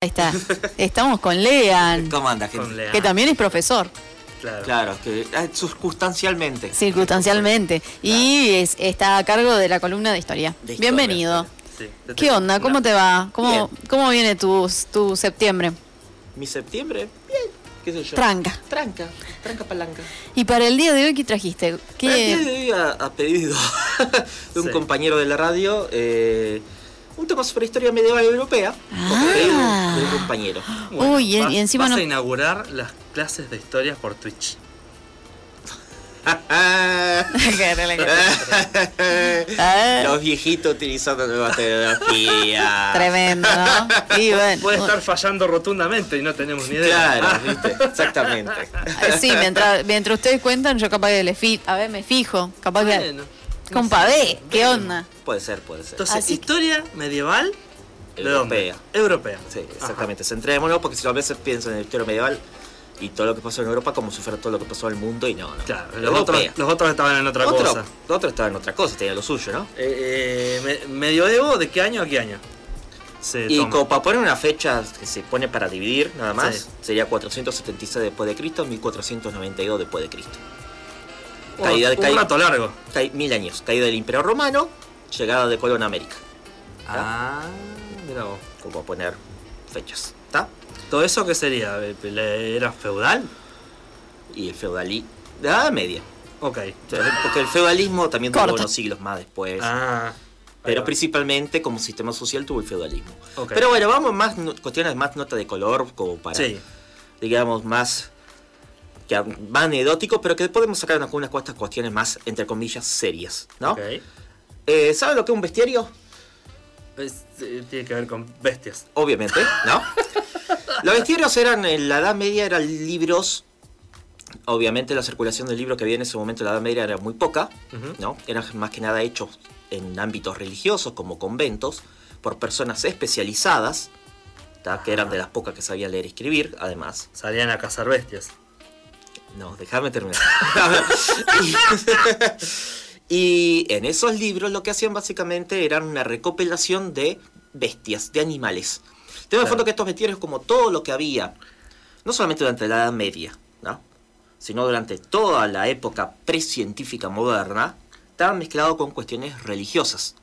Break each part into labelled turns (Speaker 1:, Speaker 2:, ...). Speaker 1: Ahí está. Estamos con Lean,
Speaker 2: ¿Cómo anda, gente?
Speaker 3: Con Leandro,
Speaker 1: que también es profesor,
Speaker 3: Claro.
Speaker 2: Claro, que ah, circunstancialmente.
Speaker 1: circunstancialmente. Y es- está a cargo de la columna de historia.
Speaker 2: De historia,
Speaker 1: Bienvenido.
Speaker 3: Sí, te
Speaker 1: ¿Qué
Speaker 3: tengo
Speaker 1: onda?
Speaker 3: una-
Speaker 1: ¿Cómo te va? ¿Cómo,
Speaker 2: Bien.
Speaker 1: cómo viene tu, tu septiembre?
Speaker 2: Mi septiembre, bien, qué sé yo.
Speaker 1: Tranca.
Speaker 2: Tranca, tranca palanca.
Speaker 1: Y para el día de hoy, ¿qué trajiste?
Speaker 2: El
Speaker 1: ¿Qué?
Speaker 2: día de hoy a, a pedido de un
Speaker 3: Sí.
Speaker 2: compañero de la radio, eh, un tema sobre historia medieval europea,
Speaker 1: Ah.
Speaker 2: por pedido de un compañero.
Speaker 1: Uy, y-
Speaker 3: vas-
Speaker 1: y encima
Speaker 3: vas
Speaker 1: no-
Speaker 3: a inaugurar las clases de historia por Twitch.
Speaker 1: Ah,
Speaker 2: Los viejitos utilizando nuevas tecnologías.
Speaker 1: Tremendo, ¿no? Sí, bueno.
Speaker 3: Puede estar fallando rotundamente y no tenemos ni idea. Ah,
Speaker 2: Claro, ¿viste? exactamente.
Speaker 1: Ah, Sí, mientras, mientras ustedes cuentan, yo capaz que les fi- a ver, me fijo. Capaz
Speaker 3: Bueno,
Speaker 1: que. Compa, ve, ¿qué onda?
Speaker 2: Puede ser, puede ser.
Speaker 3: entonces,
Speaker 1: Así que-
Speaker 3: historia medieval ¿de dónde?
Speaker 2: Europea.
Speaker 3: Europea.
Speaker 2: Sí, exactamente. Centrémonos porque si no, a veces pienso en el historia medieval y todo lo que pasó en Europa como si fuera todo lo que pasó en el mundo y no, no.
Speaker 3: Ajá. Claro, los
Speaker 2: Europea.
Speaker 3: otros, los otros estaban en otra
Speaker 2: Otro-
Speaker 3: cosa.
Speaker 2: Los otros estaban en otra cosa, tenían lo suyo, ¿no?
Speaker 3: Eh, eh, me- ¿Medioevo de qué año a qué año? Se
Speaker 2: Y
Speaker 3: Eh, toma.
Speaker 2: como para poner una fecha que se pone para dividir nada más,
Speaker 3: Sí.
Speaker 2: sería 476 después de Cristo, 1492 después de Cristo.
Speaker 3: Un-
Speaker 2: caída de-
Speaker 3: un
Speaker 2: caída-
Speaker 3: rato largo.
Speaker 2: Ca- Mil años. Caída del Imperio Romano, llegada de Colón a América.
Speaker 3: Ah, mira vos.
Speaker 2: Como para poner fechas, ¿está?
Speaker 3: ¿Todo eso qué sería? Eh, ¿le- ¿Era feudal?
Speaker 2: Y el feudalí... De la Edad media.
Speaker 3: Ok.
Speaker 2: O sea, Porque el feudalismo también tuvo
Speaker 1: Corta.
Speaker 2: unos siglos más después.
Speaker 3: Ah,
Speaker 2: Pero
Speaker 3: ahí va.
Speaker 2: principalmente como sistema social tuvo el feudalismo.
Speaker 3: Ok.
Speaker 2: Pero bueno, vamos más no- cuestiones más nota de color, como para,
Speaker 3: Sí,
Speaker 2: digamos, más que a- más anecdótico, pero que podemos sacar unas, unas cuantas cuestiones más, entre comillas, serias, ¿no?
Speaker 3: ok.
Speaker 2: Eh, ¿Saben lo que es un bestiario?
Speaker 3: Es- eh, tiene que ver con bestias.
Speaker 2: Obviamente, ¿no? los bestiarios eran, en la Edad Media eran libros, obviamente la circulación del libro que había en ese momento en la Edad Media era muy poca,
Speaker 3: Ujú.
Speaker 2: ¿no? Eran más que nada hechos en ámbitos religiosos, como conventos, por personas especializadas, ¿tá? que eran de las pocas que sabían leer y escribir, además.
Speaker 3: Salían a cazar bestias.
Speaker 2: No, déjame terminar. A ver. y, y en esos libros lo que hacían básicamente eran una recopilación de bestias, de animales. Tengo de
Speaker 3: Claro.
Speaker 2: fondo que estos bestiarios, como todo lo que había, no solamente durante la Edad Media, ¿no? sino durante toda la época precientífica moderna, estaban mezclados con cuestiones religiosas.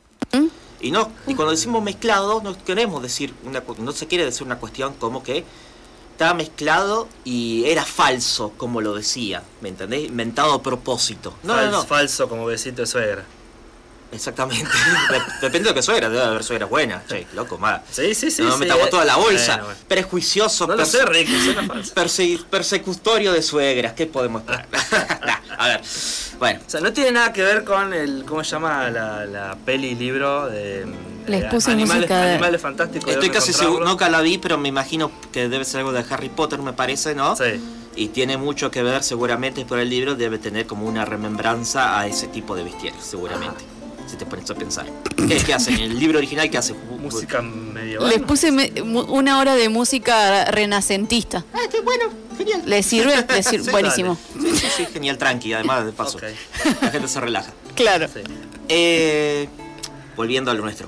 Speaker 2: Y no, y cuando decimos mezclado, no queremos decir una cu- no se quiere decir una cuestión como que estaba mezclado y era falso, como lo decía, ¿me entendés? Inventado a propósito. No,
Speaker 3: Fal-
Speaker 2: no, no.
Speaker 3: Falso como besito de suegra.
Speaker 2: Exactamente. Dep- Depende de lo que suegra, debe haber suegra buena, che, loco, mala.
Speaker 3: Sí, sí, sí.
Speaker 2: no,
Speaker 3: sí,
Speaker 2: me tapó
Speaker 3: eh,
Speaker 2: toda la bolsa.
Speaker 3: bueno, bueno.
Speaker 2: Prejuicioso,
Speaker 3: No lo
Speaker 2: perse-
Speaker 3: sé, Rick, suena falso.
Speaker 2: perse- persecutorio de suegras, ¿qué podemos esperar? Nah, a ver. Bueno,
Speaker 3: O sea, no tiene nada que ver con el. ¿Cómo se llama la, la peli, libro de. mm,
Speaker 1: Les
Speaker 3: eh,
Speaker 1: puse
Speaker 3: animales,
Speaker 1: música de-
Speaker 3: Animales fantásticos. de
Speaker 2: estoy
Speaker 3: dónde
Speaker 2: casi seguro,
Speaker 3: encontrarlos.
Speaker 2: nunca la vi, pero me imagino que debe ser algo de Harry Potter, me parece, ¿no?
Speaker 3: Sí.
Speaker 2: Y tiene mucho que ver, seguramente por el libro debe tener como una remembranza a ese tipo de bestiario, seguramente. Si te pones a pensar. ¿Qué, qué hacen? ¿El libro original qué hace?
Speaker 3: Música medieval.
Speaker 1: Les puse me- mu- una hora de música renacentista.
Speaker 2: Ah, qué bueno, genial.
Speaker 1: ¿Les sirve? Les sirve.
Speaker 3: Sí,
Speaker 1: Buenísimo.
Speaker 2: Sí, sí, sí, genial, tranqui, además de paso.
Speaker 3: Ok,
Speaker 2: La gente se relaja.
Speaker 1: Claro.
Speaker 3: sí.
Speaker 2: Eh, volviendo a lo nuestro.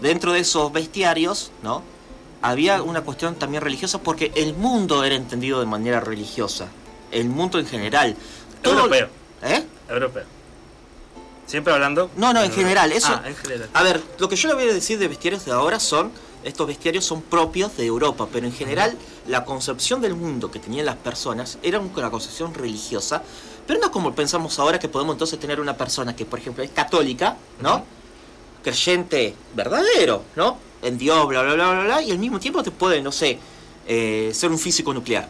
Speaker 2: Dentro de esos bestiarios, ¿no? Había una cuestión también religiosa porque el mundo era entendido de manera religiosa. El mundo en general.
Speaker 3: Europeo.
Speaker 2: ¿Eh?
Speaker 3: Europeo. Siempre hablando.
Speaker 2: No, no, en general, eso-
Speaker 3: Ah, en general.
Speaker 2: A ver, lo que yo le voy a decir de bestiarios de ahora son, estos bestiarios son propios de Europa, pero en general la concepción del mundo que tenían las personas era un- una concepción religiosa, pero no como pensamos ahora que podemos entonces tener una persona que, por ejemplo, es católica, ¿no?
Speaker 3: Ujú.
Speaker 2: Creyente verdadero, ¿no? En Dios, bla, bla, bla, bla, bla, y al mismo tiempo te puede, no sé, eh, ser un físico nuclear,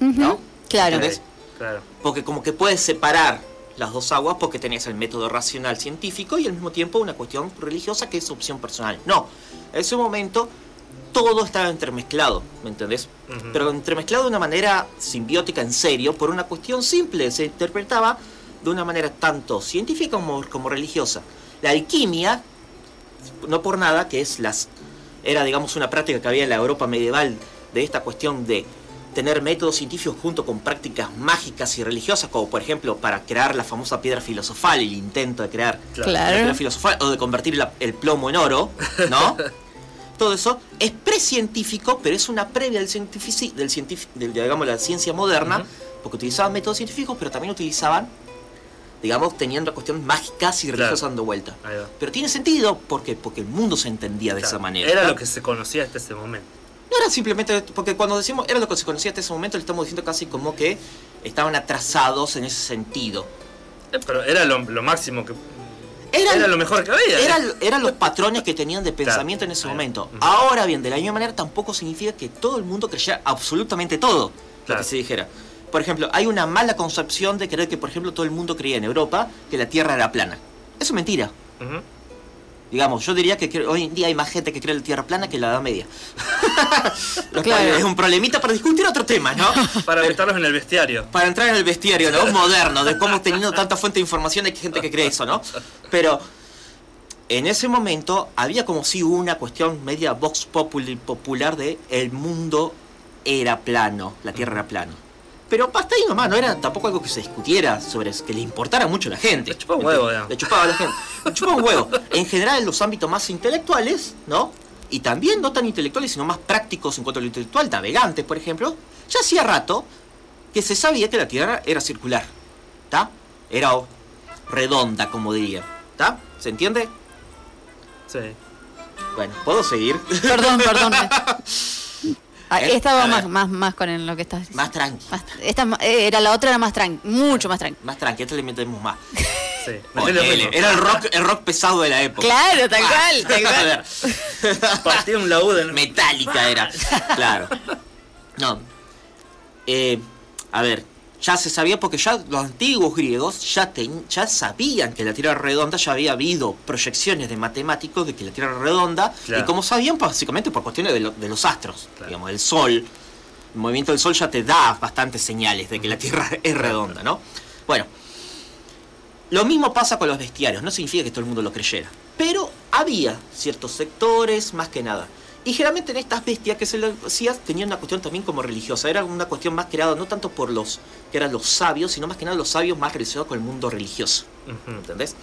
Speaker 1: Ujú.
Speaker 2: ¿no?
Speaker 1: Claro.
Speaker 2: ¿Entendés?
Speaker 3: Claro.
Speaker 2: Porque como que puedes separar las dos aguas porque tenés el método racional científico y al mismo tiempo una cuestión religiosa que es opción personal. No, en ese momento todo estaba entremezclado, ¿me entendés?
Speaker 3: Ujú.
Speaker 2: Pero entremezclado de una manera simbiótica en serio por una cuestión simple, se interpretaba de una manera tanto científica como, como religiosa. La alquimia, no por nada, que es las era digamos una práctica que había en la Europa medieval de esta cuestión de tener métodos científicos junto con prácticas mágicas y religiosas, como por ejemplo para crear la famosa piedra filosofal, el intento de crear
Speaker 1: Claro.
Speaker 2: la piedra filosofal o de convertir la- el plomo en oro, ¿no? todo eso, es precientífico, pero es una previa del cientifici- del científic- del, digamos, la ciencia moderna, porque utilizaban métodos científicos, pero también utilizaban, digamos, teniendo cuestiones mágicas y religiosas dando vuelta.
Speaker 3: Ahí va.
Speaker 2: Pero tiene sentido porque, porque el mundo se entendía de
Speaker 3: Claro,
Speaker 2: esa manera.
Speaker 3: Era
Speaker 2: ¿no?
Speaker 3: lo que se conocía hasta ese momento.
Speaker 2: No era simplemente, porque cuando decimos era lo que se conocía hasta ese momento, le estamos diciendo casi como que estaban atrasados en ese sentido.
Speaker 3: Eh, Pero era lo, lo máximo que.
Speaker 2: Era-
Speaker 3: Era, lo mejor que había. ¿eh?
Speaker 2: Era- eran los patrones que tenían de pensamiento en ese
Speaker 3: Claro.
Speaker 2: momento.
Speaker 3: Ujú.
Speaker 2: Ahora bien, de la misma manera tampoco significa que todo el mundo creyera absolutamente todo lo
Speaker 3: Claro.
Speaker 2: que se dijera. Por ejemplo, hay una mala concepción de creer que, por ejemplo, todo el mundo creía en Europa que la Tierra era plana. Eso es mentira.
Speaker 3: Ujú.
Speaker 2: Digamos, yo diría que cre- hoy en día hay más gente que cree en la Tierra plana que en la Edad Media. Lo cual
Speaker 1: Claro.
Speaker 2: es un problemita para discutir otro tema, ¿no?
Speaker 3: Para meterlos en el bestiario.
Speaker 2: para entrar en el bestiario, ¿no? Moderno, de cómo teniendo tanta fuente de información hay gente que cree eso, ¿no? Pero en ese momento había como si una cuestión media vox populi popular de el mundo era plano, la tierra era plano. Pero hasta ahí nomás, no era tampoco algo que se discutiera sobre, que le importara mucho a la gente.
Speaker 3: Le chupaba un huevo,
Speaker 2: Le
Speaker 3: digamos.
Speaker 2: chupaba a la gente. Le chupaba un huevo. En general, en los ámbitos más intelectuales, ¿no? Y también no tan intelectuales, sino más prácticos en cuanto a lo intelectual, navegantes, por ejemplo, ya hacía rato que se sabía que la Tierra era circular, ¿está? Era o- redonda, como diría, ¿está? ¿Se entiende?
Speaker 3: Sí.
Speaker 2: Bueno, ¿puedo seguir?
Speaker 1: Perdón, perdón. Ah,
Speaker 2: Eh,
Speaker 1: Esta va
Speaker 2: a
Speaker 1: más,
Speaker 2: ver.
Speaker 1: más, más con el- lo que estás
Speaker 2: Más tranqui,
Speaker 1: más- esta es ma- eh, era la otra era más tranqui, mucho más tranqui.
Speaker 2: más tranqui, a este le metemos más.
Speaker 3: sí.
Speaker 2: Ponele, Era el rock, el rock pesado de la época.
Speaker 1: Claro, tal cual, tal cual.
Speaker 3: Partí un laúd en
Speaker 2: Metálica era. Claro. No. Eh, a ver, ya se sabía porque ya los antiguos griegos ya, ten- ya sabían que la Tierra era redonda, ya había habido proyecciones de matemáticos de que la Tierra era redonda.
Speaker 3: Claro.
Speaker 2: Y como sabían, básicamente por cuestiones de, lo- de los astros,
Speaker 3: Claro.
Speaker 2: digamos, el Sol. El movimiento del Sol ya te da bastantes señales de que la Tierra es redonda, ¿no? Bueno, lo mismo pasa con los bestiarios, no significa que todo el mundo lo creyera, pero había ciertos sectores más que nada. Y generalmente en estas bestias que se le hacía tenían una cuestión también como religiosa, era una cuestión más creada no tanto por los que eran los sabios, sino más que nada los sabios más relacionados con el mundo religioso,
Speaker 3: Ujú.
Speaker 2: ¿entendés?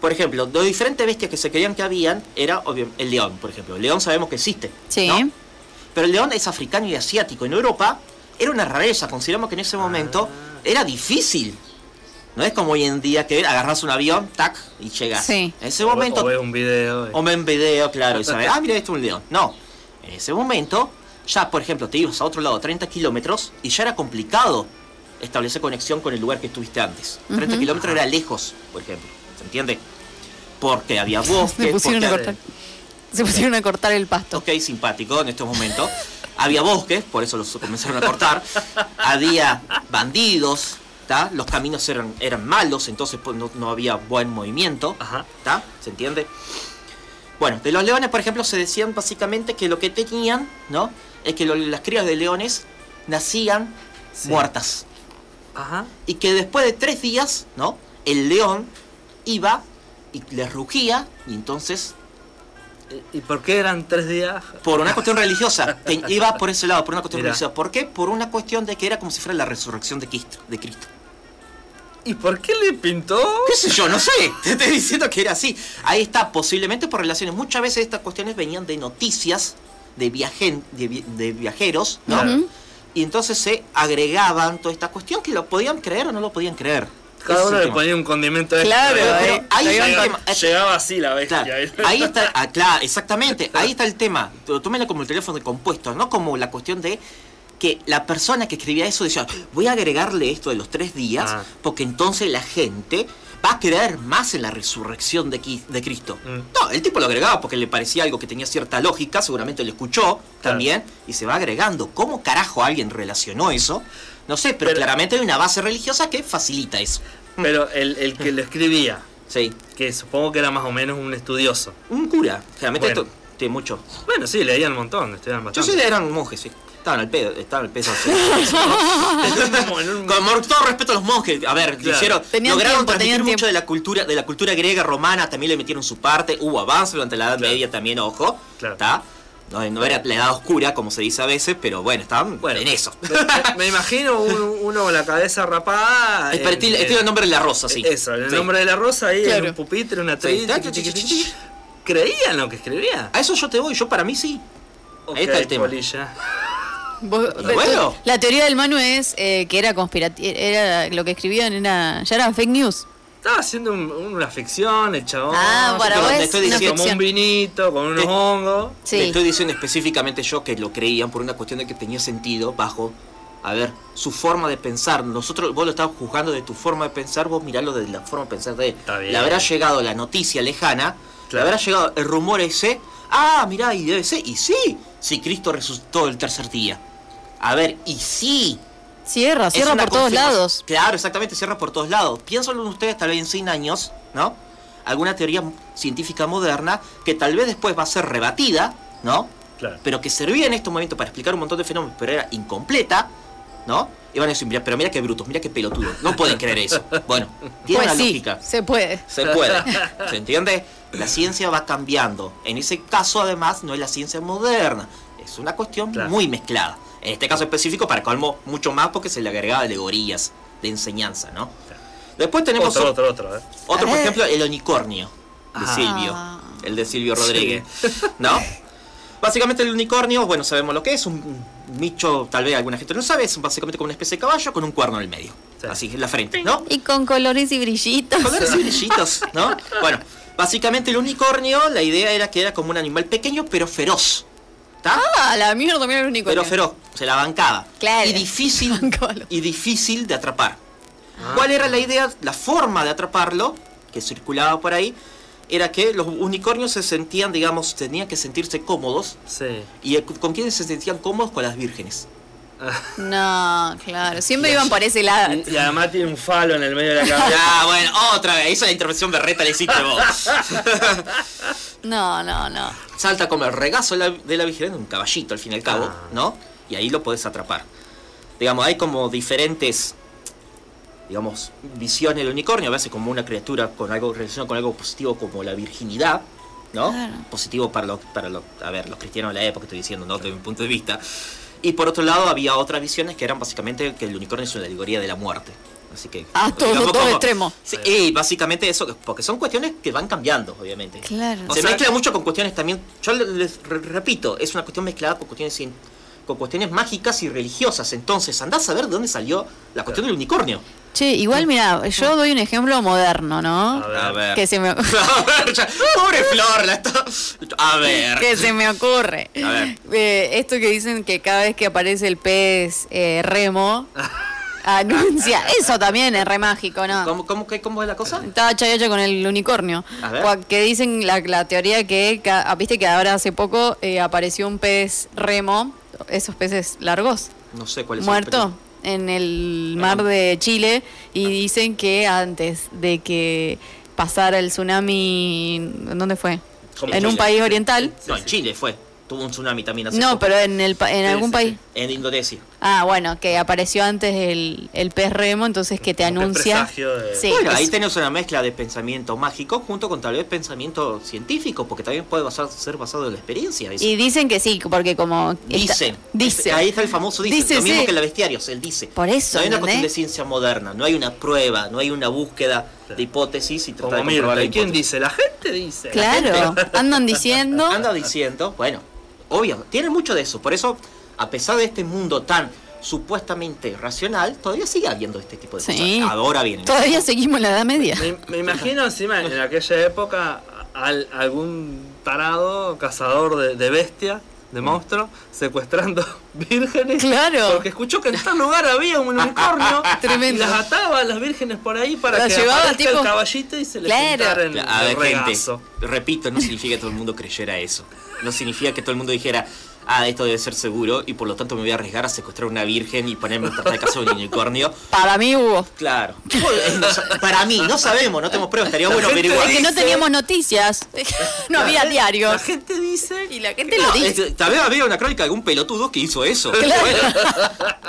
Speaker 2: Por ejemplo, de diferentes bestias que se creían que habían era obvio, el león, por ejemplo. El león sabemos que existe,
Speaker 1: Sí.
Speaker 2: ¿no? Pero el león es africano y asiático. En Europa era una rareza. Consideramos que en ese momento
Speaker 3: Ah.
Speaker 2: era difícil. No es como hoy en día que agarras un avión, tac, y llegas.
Speaker 1: Sí.
Speaker 2: En ese
Speaker 3: O-
Speaker 2: momento.
Speaker 3: O ves un video. y-
Speaker 2: O ven video, claro, y sabes, ah, mira, esto es un león. No. En ese momento, ya, por ejemplo, te ibas a otro lado 30 kilómetros y ya era complicado establecer conexión con el lugar que estuviste antes. 30
Speaker 1: Ujú.
Speaker 2: kilómetros era lejos, por ejemplo. ¿Se entiende? Porque había bosques.
Speaker 1: Se pusieron a
Speaker 2: porque-
Speaker 1: cortar. Se pusieron a cortar el pasto.
Speaker 2: ok, simpático en estos momentos. Había bosques, por eso los comenzaron a cortar. Había bandidos, ¿tá? los caminos eran, eran malos, entonces pues, no, no había buen movimiento.
Speaker 3: Ajá.
Speaker 2: ¿tá? ¿Se entiende? Bueno, de los leones, por ejemplo, se decían básicamente que lo que tenían, ¿no? Es que lo- las crías de leones nacían
Speaker 3: Sí.
Speaker 2: muertas.
Speaker 3: Ajá.
Speaker 2: Y que después de tres días, ¿no? El león iba y les rugía y entonces
Speaker 3: ¿Y por qué eran tres días?
Speaker 2: Por una cuestión religiosa. Te- iba por ese lado, por una cuestión
Speaker 3: Mirá.
Speaker 2: religiosa. ¿Por qué? Por una cuestión de que era como si fuera la resurrección de Cristo. De Cristo.
Speaker 3: ¿Y por qué le pintó?
Speaker 2: ¿Qué sé yo? No sé. Te estoy diciendo que era así. Ahí está, posiblemente por relaciones. Muchas veces estas cuestiones venían de noticias de, viajen, de, vi- de viajeros, ¿no?
Speaker 3: Claro.
Speaker 1: Ujú.
Speaker 2: Y entonces se agregaban toda esta cuestión que lo podían creer o no lo podían creer. Ese
Speaker 3: Cada
Speaker 2: es
Speaker 3: uno
Speaker 2: el
Speaker 3: le
Speaker 2: tema.
Speaker 3: ponía un condimento extra.
Speaker 1: Claro,
Speaker 3: Pero-
Speaker 1: eh,
Speaker 3: pero
Speaker 2: ahí
Speaker 3: llegaba-
Speaker 2: está el tema.
Speaker 3: Llegaba así la bestia.
Speaker 2: Claro, ahí está, ah, claro, exactamente, ahí está el tema. Tú- Tómenlo como el teléfono compuesto, no como la cuestión de que la persona que escribía eso decía, voy a agregarle esto de los tres días,
Speaker 3: Ah.
Speaker 2: porque entonces la gente va a creer más en la resurrección de, Qui- de Cristo.
Speaker 3: Mm.
Speaker 2: No, el tipo lo agregaba porque le parecía algo que tenía cierta lógica, seguramente lo escuchó también, y se va agregando. ¿Cómo carajo alguien relacionó eso? No sé, pero,
Speaker 3: Pero-
Speaker 2: claramente hay una base religiosa que facilita eso.
Speaker 3: Pero el, el que lo escribía,
Speaker 2: Sí.
Speaker 3: que supongo que era más o menos un estudioso.
Speaker 2: Un cura, generalmente
Speaker 3: Bueno.
Speaker 2: esto tiene mucho.
Speaker 3: Bueno, sí, leían un montón, estudiaban
Speaker 2: Yo
Speaker 3: bastante.
Speaker 2: sí eran monjes, sí. Estaban al pedo, estaban al pedo. sí.
Speaker 3: Como en un-
Speaker 2: Con todo respeto a los monjes, a ver,
Speaker 3: Claro.
Speaker 2: hicieron,
Speaker 1: Tenían
Speaker 2: lograron
Speaker 1: tiempo,
Speaker 2: transmitir
Speaker 1: tenían
Speaker 2: mucho
Speaker 1: tiempo.
Speaker 2: de la cultura, de la cultura griega romana, también le metieron su parte, hubo avance durante la Edad
Speaker 3: Claro.
Speaker 2: Media también, ojo,
Speaker 3: Claro.
Speaker 2: ¿tá? No, no era la edad oscura, como se dice a veces, pero bueno, estaban
Speaker 3: Bueno.
Speaker 2: en eso.
Speaker 3: Me, me imagino un- uno con la cabeza rapada.
Speaker 2: Es para
Speaker 3: en-
Speaker 2: ti- este
Speaker 3: en-
Speaker 2: era el nombre de la rosa, sí.
Speaker 3: Eh, Eso, el
Speaker 2: Sí.
Speaker 3: nombre de la rosa ahí
Speaker 1: Claro.
Speaker 3: en un pupitre, una
Speaker 2: Sí.
Speaker 3: trilla. chiqui, chiqui, chiqui. ¿Creía en lo que escribía?
Speaker 2: A eso yo te voy, yo para mí sí.
Speaker 3: Ok,
Speaker 2: está el tema.
Speaker 3: polilla.
Speaker 1: Vos-
Speaker 2: Y
Speaker 1: pero
Speaker 2: bueno.
Speaker 1: tú- La teoría del Manu es eh, que era conspirativo, era lo que escribían era ya era fake news.
Speaker 3: Estaba haciendo un- una ficción, el chabón.
Speaker 1: Ah, para
Speaker 2: pero
Speaker 1: vos
Speaker 2: te
Speaker 1: es
Speaker 2: estoy
Speaker 1: una
Speaker 2: diciendo,
Speaker 1: ficción.
Speaker 3: Tomó un vinito con unos
Speaker 2: Te-
Speaker 3: hongos.
Speaker 1: Sí.
Speaker 2: Le estoy diciendo específicamente yo que lo creían por una cuestión de que tenía sentido bajo, a ver, su forma de pensar. Nosotros, vos lo estabas juzgando de tu forma de pensar, vos miralo de la forma de pensar de él.
Speaker 3: Está bien.
Speaker 2: Le habrá llegado la noticia lejana, le
Speaker 3: Claro.
Speaker 2: habrá llegado el rumor ese, ah, mirá, y debe ser, y sí, si Cristo resucitó el tercer día. A ver, y sí.
Speaker 1: Cierra,
Speaker 2: es
Speaker 1: cierra
Speaker 2: una
Speaker 1: por todos
Speaker 2: confirma-
Speaker 1: lados.
Speaker 2: Claro, exactamente, cierra por todos lados. Piénsalo en ustedes, tal vez en 100 años, ¿no? Alguna teoría científica moderna que tal vez después va a ser rebatida, ¿no?
Speaker 3: Claro.
Speaker 2: pero que servía en estos momentos para explicar un montón de fenómenos, pero era incompleta, ¿no? Y van a decir, mira, pero mira qué brutos, mira qué pelotudos, no pueden creer eso. Bueno, tiene
Speaker 1: Pues
Speaker 2: una
Speaker 1: sí,
Speaker 2: lógica.
Speaker 1: se puede.
Speaker 2: Se puede, ¿se entiende? La ciencia va cambiando. En ese caso, además, no es la ciencia moderna, es una cuestión
Speaker 3: Claro.
Speaker 2: muy mezclada. En este caso específico, para colmo, mucho más porque se le agregaba alegorías de enseñanza, ¿no?
Speaker 3: Claro.
Speaker 2: Después tenemos
Speaker 3: Otro,
Speaker 2: o-
Speaker 3: otro, otro. eh.
Speaker 2: otro, por
Speaker 1: Eh.
Speaker 2: ejemplo, el unicornio de
Speaker 3: Ah.
Speaker 2: Silvio.
Speaker 1: Ah.
Speaker 2: El de Silvio Rodríguez. ¿No? Básicamente el unicornio, bueno, sabemos lo que es, un nicho, tal vez alguna gente no sabe, es básicamente como una especie de caballo con un cuerno en el medio.
Speaker 3: Sí.
Speaker 2: Así, en la frente, ¿no?
Speaker 1: Y con colores y brillitos.
Speaker 2: Colores y brillitos, ¿no? Bueno, básicamente el unicornio, la idea era que era como un animal pequeño, pero feroz. ¿Está?
Speaker 1: Ah, la mierda, mira el unicornio.
Speaker 2: Pero feroz, se la bancaba.
Speaker 1: Claro.
Speaker 2: Y difícil,
Speaker 1: Bancalo.
Speaker 2: y difícil de atrapar. Ah. ¿Cuál era la idea, la forma de atraparlo, que circulaba por ahí? Era que los unicornios se sentían, digamos, tenían que sentirse cómodos.
Speaker 3: Sí.
Speaker 2: ¿Y el- con quiénes se sentían cómodos? Con las vírgenes.
Speaker 1: No, claro. Siempre iban por ese lado.
Speaker 3: Y, y además tiene un falo en el medio de la cabeza.
Speaker 2: Ya, bueno, otra vez, esa intervención berreta la hiciste vos.
Speaker 1: No, no, no.
Speaker 2: Salta como el regazo de la, de la virgen, un caballito al fin y al cabo,
Speaker 3: Ah.
Speaker 2: ¿no? Y ahí lo podés atrapar. Digamos, hay como diferentes, digamos, visiones del unicornio, a veces como una criatura con algo relacionado con algo positivo como la virginidad, ¿no?
Speaker 1: Claro.
Speaker 2: Positivo para los, para los, a ver, los cristianos de la época, estoy diciendo, ¿no? Desde mi punto de vista. Y por otro lado había otras visiones que eran básicamente que el unicornio es una alegoría de la muerte. Así que...
Speaker 1: Ah, todo-
Speaker 2: digamos
Speaker 1: todo extremo.
Speaker 2: Sí,
Speaker 3: Eh.
Speaker 2: y básicamente eso, porque son cuestiones que van cambiando, obviamente.
Speaker 1: Claro.
Speaker 2: Se
Speaker 3: O sea-
Speaker 2: mezcla mucho con cuestiones también. Yo le- les re- repito, es una cuestión mezclada con cuestiones cien- con cuestiones mágicas y religiosas. Entonces, andás a ver de dónde salió la cuestión del unicornio.
Speaker 1: Che, igual mira, yo doy un ejemplo moderno, ¿no?
Speaker 3: A ver.
Speaker 1: Que se me
Speaker 2: A ver, ya- pobre Flor, la está- A ver.
Speaker 1: que se me ocurre.
Speaker 2: A ver.
Speaker 1: Eh, esto que dicen que cada vez que aparece el pez eh, remo anuncia, eso también es re mágico, ¿no?
Speaker 2: ¿Cómo, cómo, qué- cómo es la cosa?
Speaker 1: Estaba chayacho con el unicornio.
Speaker 2: A ver.
Speaker 1: Cua- Que dicen la, la teoría que, ca- ah, viste que ahora hace poco eh, apareció un pez remo, esos peces largos,
Speaker 2: No sé cuál es el
Speaker 1: muerto
Speaker 2: peligro.
Speaker 1: en el mar
Speaker 2: Perdón.
Speaker 1: de Chile y dicen que antes de que pasara el tsunami, ¿en ¿dónde fue?
Speaker 2: Como
Speaker 1: en un
Speaker 2: Chile.
Speaker 1: país oriental.
Speaker 2: No,
Speaker 3: Sí,
Speaker 2: en
Speaker 3: sí.
Speaker 2: Chile fue. Tuvo un tsunami también hace
Speaker 1: No,
Speaker 2: poco.
Speaker 1: pero en, el, pa- en
Speaker 3: Sí,
Speaker 1: algún
Speaker 3: sí,
Speaker 1: país.
Speaker 3: sí.
Speaker 2: En Indonesia.
Speaker 1: Ah, bueno, que apareció antes el, el pez remo, entonces que te
Speaker 3: Como que
Speaker 1: anuncia.
Speaker 3: presagio de-
Speaker 1: Sí,
Speaker 2: bueno, ahí
Speaker 1: es-
Speaker 2: tenemos una mezcla de pensamiento mágico junto con tal vez pensamiento científico, porque también puede basar- ser basado en la experiencia. eso.
Speaker 1: y dicen que sí, porque como. está-
Speaker 2: Dicen.
Speaker 1: Dice.
Speaker 2: Ahí está el famoso dice.
Speaker 1: Dice,
Speaker 2: lo mismo
Speaker 1: sí.
Speaker 2: que en la bestiarios, él dice.
Speaker 1: Por eso,
Speaker 2: No hay una cuestión de
Speaker 1: ¿entendés?
Speaker 2: ciencia moderna, no hay una prueba, no hay una búsqueda
Speaker 3: Claro.
Speaker 2: de hipótesis y tratar
Speaker 3: Como
Speaker 2: de comprobar
Speaker 3: mira,
Speaker 2: la
Speaker 3: ¿y quién
Speaker 2: hipótesis.
Speaker 3: dice? La gente dice.
Speaker 1: Claro, andan diciendo.
Speaker 2: Anda diciendo, bueno, obvio, tiene mucho de eso. Por eso, a pesar de este mundo tan supuestamente racional, todavía sigue habiendo este tipo de
Speaker 1: Sí.
Speaker 2: cosas. Ahora vienen.
Speaker 1: Todavía seguimos la Edad Media.
Speaker 3: Me, me imagino encima en aquella época al- algún tarado, cazador de, de bestias, de monstruos, secuestrando vírgenes.
Speaker 1: Claro.
Speaker 3: Porque escuchó que en tal lugar había un unicornio.
Speaker 1: Tremendo.
Speaker 3: Y las ataba a las vírgenes por ahí para
Speaker 1: Las
Speaker 3: que
Speaker 1: llevaba,
Speaker 3: aparezca
Speaker 1: tipo-
Speaker 3: el caballito y se le
Speaker 1: Claro.
Speaker 3: sentara en
Speaker 2: A
Speaker 3: el
Speaker 2: ver, gente,
Speaker 3: regazo.
Speaker 2: repito, no significa que todo el mundo creyera eso. No significa que todo el mundo dijera, ah, esto debe ser seguro y por lo tanto me voy a arriesgar a secuestrar una virgen y ponerme en tratar de cazar un unicornio.
Speaker 1: Para mí hubo.
Speaker 2: Claro. No sa- Para mí, no sabemos, no tenemos pruebas. Estaría bueno
Speaker 3: gente
Speaker 2: averiguar.
Speaker 1: Es que no
Speaker 3: Dice-
Speaker 1: teníamos noticias. No había
Speaker 3: La
Speaker 1: diarios.
Speaker 3: gente dice.
Speaker 1: Y la gente lo
Speaker 2: No,
Speaker 1: dice.
Speaker 2: es- tal vez había una crónica de algún pelotudo que hizo eso. Bueno,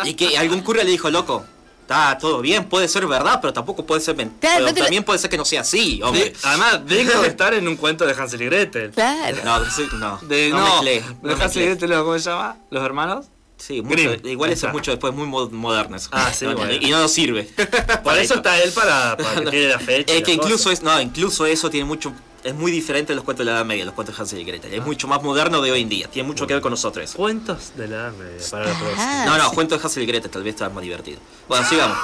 Speaker 2: y que algún cura le dijo, loco, está todo bien, puede ser verdad, pero tampoco puede ser mentira.
Speaker 1: Claro, no te lo-
Speaker 2: también puede ser que no sea así, hombre.
Speaker 3: Además, digno de estar en un cuento de Hansel y Gretel.
Speaker 1: Claro.
Speaker 2: No, sí, no.
Speaker 3: De,
Speaker 2: no,
Speaker 3: no,
Speaker 2: mezclé,
Speaker 3: de
Speaker 2: no
Speaker 3: Hansel y
Speaker 2: mezclé.
Speaker 3: Gretel, ¿cómo se llama? ¿Los hermanos?
Speaker 2: Sí, mucho-
Speaker 3: Grimm.
Speaker 2: igual eso
Speaker 3: Ahí está.
Speaker 2: es mucho después muy mo- moderno. eso.
Speaker 3: Ah, sí,
Speaker 2: No, no,
Speaker 3: bueno.
Speaker 2: Y no nos sirve.
Speaker 3: Por eso está él para, para que quede la fecha. y
Speaker 2: Es
Speaker 3: la
Speaker 2: que
Speaker 3: cosa.
Speaker 2: incluso es, no, incluso eso tiene mucho es muy diferente de los cuentos de la Edad Media, los cuentos de Hansel y Gretel.
Speaker 3: Ah.
Speaker 2: Es mucho más moderno de hoy en día, tiene mucho que ver con nosotros.
Speaker 3: Cuentos de la Edad Media para la próxima.
Speaker 1: Ah,
Speaker 2: No, no,
Speaker 1: sí.
Speaker 2: cuentos de Hansel y Gretel, tal vez está más divertido. Bueno, sigamos.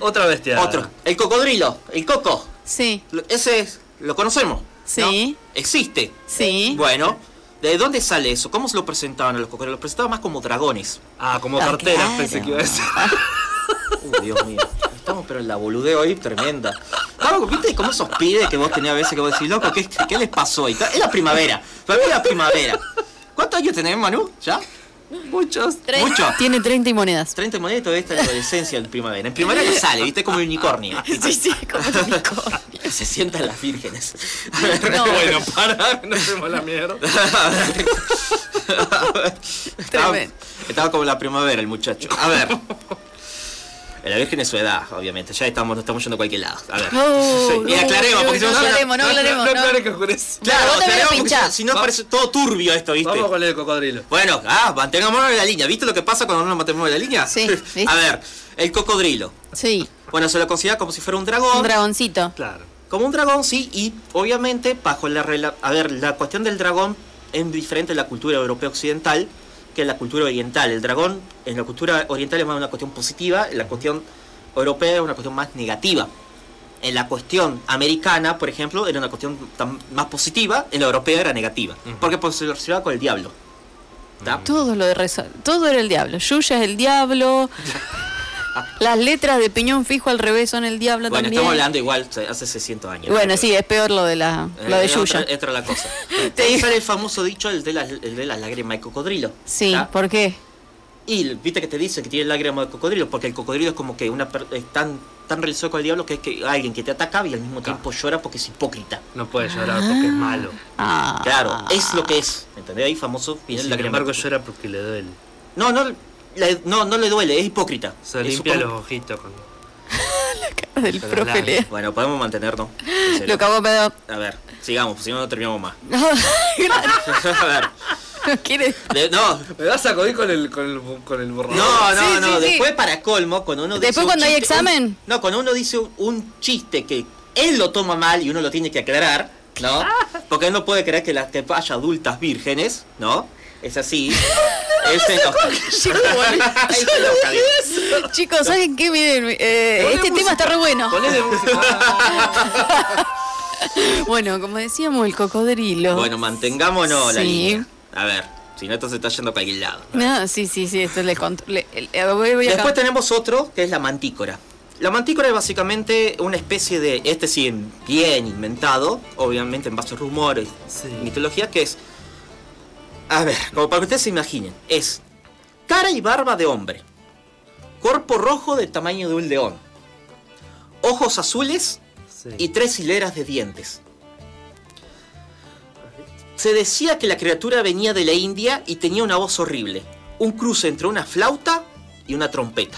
Speaker 3: Otra bestia.
Speaker 2: Otro, el cocodrilo, el coco.
Speaker 1: Sí,
Speaker 2: Lo- Ese es, lo conocemos. ¿no?
Speaker 1: Sí.
Speaker 2: Existe.
Speaker 1: sí.
Speaker 2: Bueno, ¿de dodónde sale eso? ¿Cómo se lo presentaban a los cocodrilos? Los presentaban más como dragones.
Speaker 3: Ah, como
Speaker 1: Ah,
Speaker 3: carteras
Speaker 1: claro.
Speaker 3: pensé que iba a decir.
Speaker 2: Uy, Uh, Dios mío. Estamos pero en la boludeo hoy tremenda. Vamos, ¿viste cómo esos pibes que vos tenés a veces que vos decís, loco, ¿qué, qué les pasó? Y ta- es la primavera. Para mí es la primavera. ¿Cuántos años tenés, Manu? ¿Ya?
Speaker 3: Muchos.
Speaker 1: Tres-
Speaker 2: Mucho.
Speaker 1: Tiene 30 y monedas.
Speaker 2: 30 monedas y todavía está en la adolescencia en primavera. En primavera no sale, ¿viste? Como un unicornio.
Speaker 1: Sí, sí, como un unicornio.
Speaker 2: Se sientan las vírgenes.
Speaker 1: No,
Speaker 3: Bueno, para, no hacemos la mierda.
Speaker 2: Estaba,
Speaker 1: Tremendo.
Speaker 2: estaba como la primavera el muchacho. A ver. La virgen es su edad, obviamente. Ya estamos, no estamos yendo a cualquier lado. A ver.
Speaker 1: No,
Speaker 2: Y
Speaker 1: Oh, no,
Speaker 2: aclaremos, porque si
Speaker 1: no
Speaker 2: no-
Speaker 1: aclaremos, no aclaremos.
Speaker 3: No,
Speaker 1: no.
Speaker 3: aclares que oscurece.
Speaker 1: Bueno, vos te
Speaker 2: aclaremos,
Speaker 1: voy a
Speaker 2: porque
Speaker 1: pinchar.
Speaker 2: Si no parece todo turbio esto, ¿viste?
Speaker 3: Vamos con el cocodrilo.
Speaker 2: Bueno, ah, mantengámonos en la línea. ¿Viste lo que pasa cuando no nos mantenemos en la línea?
Speaker 1: Sí, ¿viste?
Speaker 2: A ver, el cocodrilo.
Speaker 1: Sí,
Speaker 2: Bueno, se lo considera como si fuera un
Speaker 1: un
Speaker 2: dragón.
Speaker 1: dragoncito.
Speaker 3: Claro.
Speaker 2: como un dragón, sí, y obviamente bajo la rela- A ver, la cuestión del dragón es diferente de la cultura europea occidental que la cultura oriental. El dragón en la cultura oriental es más una cuestión positiva, en la cuestión europea es una cuestión más negativa. En la cuestión americana, por ejemplo, era una cuestión tan- más positiva, en la europea era negativa,
Speaker 3: Ujú.
Speaker 2: porque pues, se lo relacionaba con el diablo. ¿tá?
Speaker 1: Todo lo de reza- todo era el diablo. Yuya es el diablo. Las letras de piñón fijo al revés son el diablo
Speaker 2: Bueno,
Speaker 1: también.
Speaker 2: estamos hablando igual se- hace 600 años.
Speaker 1: Bueno, sí, es peor lo de la lo de
Speaker 2: Eh, otra-
Speaker 1: Yuya.
Speaker 2: otra la cosa. Te sale el famoso dicho, el de las el de las lágrimas de cocodrilo.
Speaker 1: Sí,
Speaker 2: ¿tá?
Speaker 1: ¿por qué?
Speaker 2: Y viste que te dicen que tiene lágrimas de cocodrilo, porque el cocodrilo es como que una per- es tan, tan religioso con el diablo que es que alguien que te ataca y al mismo tiempo llora porque es hipócrita.
Speaker 3: No puede llorar porque es malo.
Speaker 1: Ah.
Speaker 2: Claro, es lo que es. ¿Entendés? Ahí famoso
Speaker 3: Y
Speaker 2: viene el
Speaker 3: sin
Speaker 2: lágrima.
Speaker 3: embargo llora porque le duele.
Speaker 2: No, no, le- no, no le duele, es hipócrita.
Speaker 3: Se
Speaker 2: Es
Speaker 3: limpia
Speaker 2: supongo-
Speaker 3: los ojitos con...
Speaker 1: del
Speaker 3: Pero
Speaker 1: profe
Speaker 3: claro.
Speaker 1: Lea.
Speaker 2: Bueno, podemos mantenernos. En serio.
Speaker 1: Lo cagó pedo.
Speaker 2: A ver, sigamos, si no, no terminamos más.
Speaker 1: Claro,
Speaker 2: A ver,
Speaker 1: no quiere-
Speaker 2: de- no,
Speaker 3: Me vas a sacudir con el, con el, bu- con el borrador.
Speaker 2: No, no,
Speaker 1: Sí,
Speaker 2: no.
Speaker 1: sí, sí.
Speaker 2: Después, para colmo, cuando uno dice.
Speaker 1: Después
Speaker 2: un
Speaker 1: cuando hay
Speaker 2: chiste-
Speaker 1: examen.
Speaker 2: un- no, cuando uno dice un, un chiste que él lo toma mal y uno lo tiene que aclarar, ¿no? Porque él no puede creer que las que haya adultas vírgenes, ¿no? Es así. él se enoja. Él se enoja, digo.
Speaker 1: Chicos, ¿saben qué? Miren, eh,
Speaker 3: Ponle
Speaker 1: este tema
Speaker 3: música.
Speaker 1: está re bueno.
Speaker 3: Ponele música.
Speaker 1: Bueno, como decíamos, el cocodrilo.
Speaker 2: Bueno, mantengámonos la
Speaker 1: Sí.
Speaker 2: línea. A ver, si no, esto se está yendo para aquel lado.
Speaker 1: No, sí, sí, sí, esto le conto. le- el- eh, voy, voy acá.
Speaker 2: Después tenemos otro que es la mantícora. La mantícora es básicamente una especie de, este sí, bien inventado, obviamente en base a rumores,
Speaker 3: Sí.
Speaker 2: mitología, que es, a ver, como para que ustedes se imaginen, es cara y barba de hombre, cuerpo rojo del tamaño de un león, ojos azules
Speaker 3: Sí.
Speaker 2: y tres hileras de dientes. Se decía que la criatura venía de la India y tenía una voz horrible, un cruce entre una flauta y una trompeta.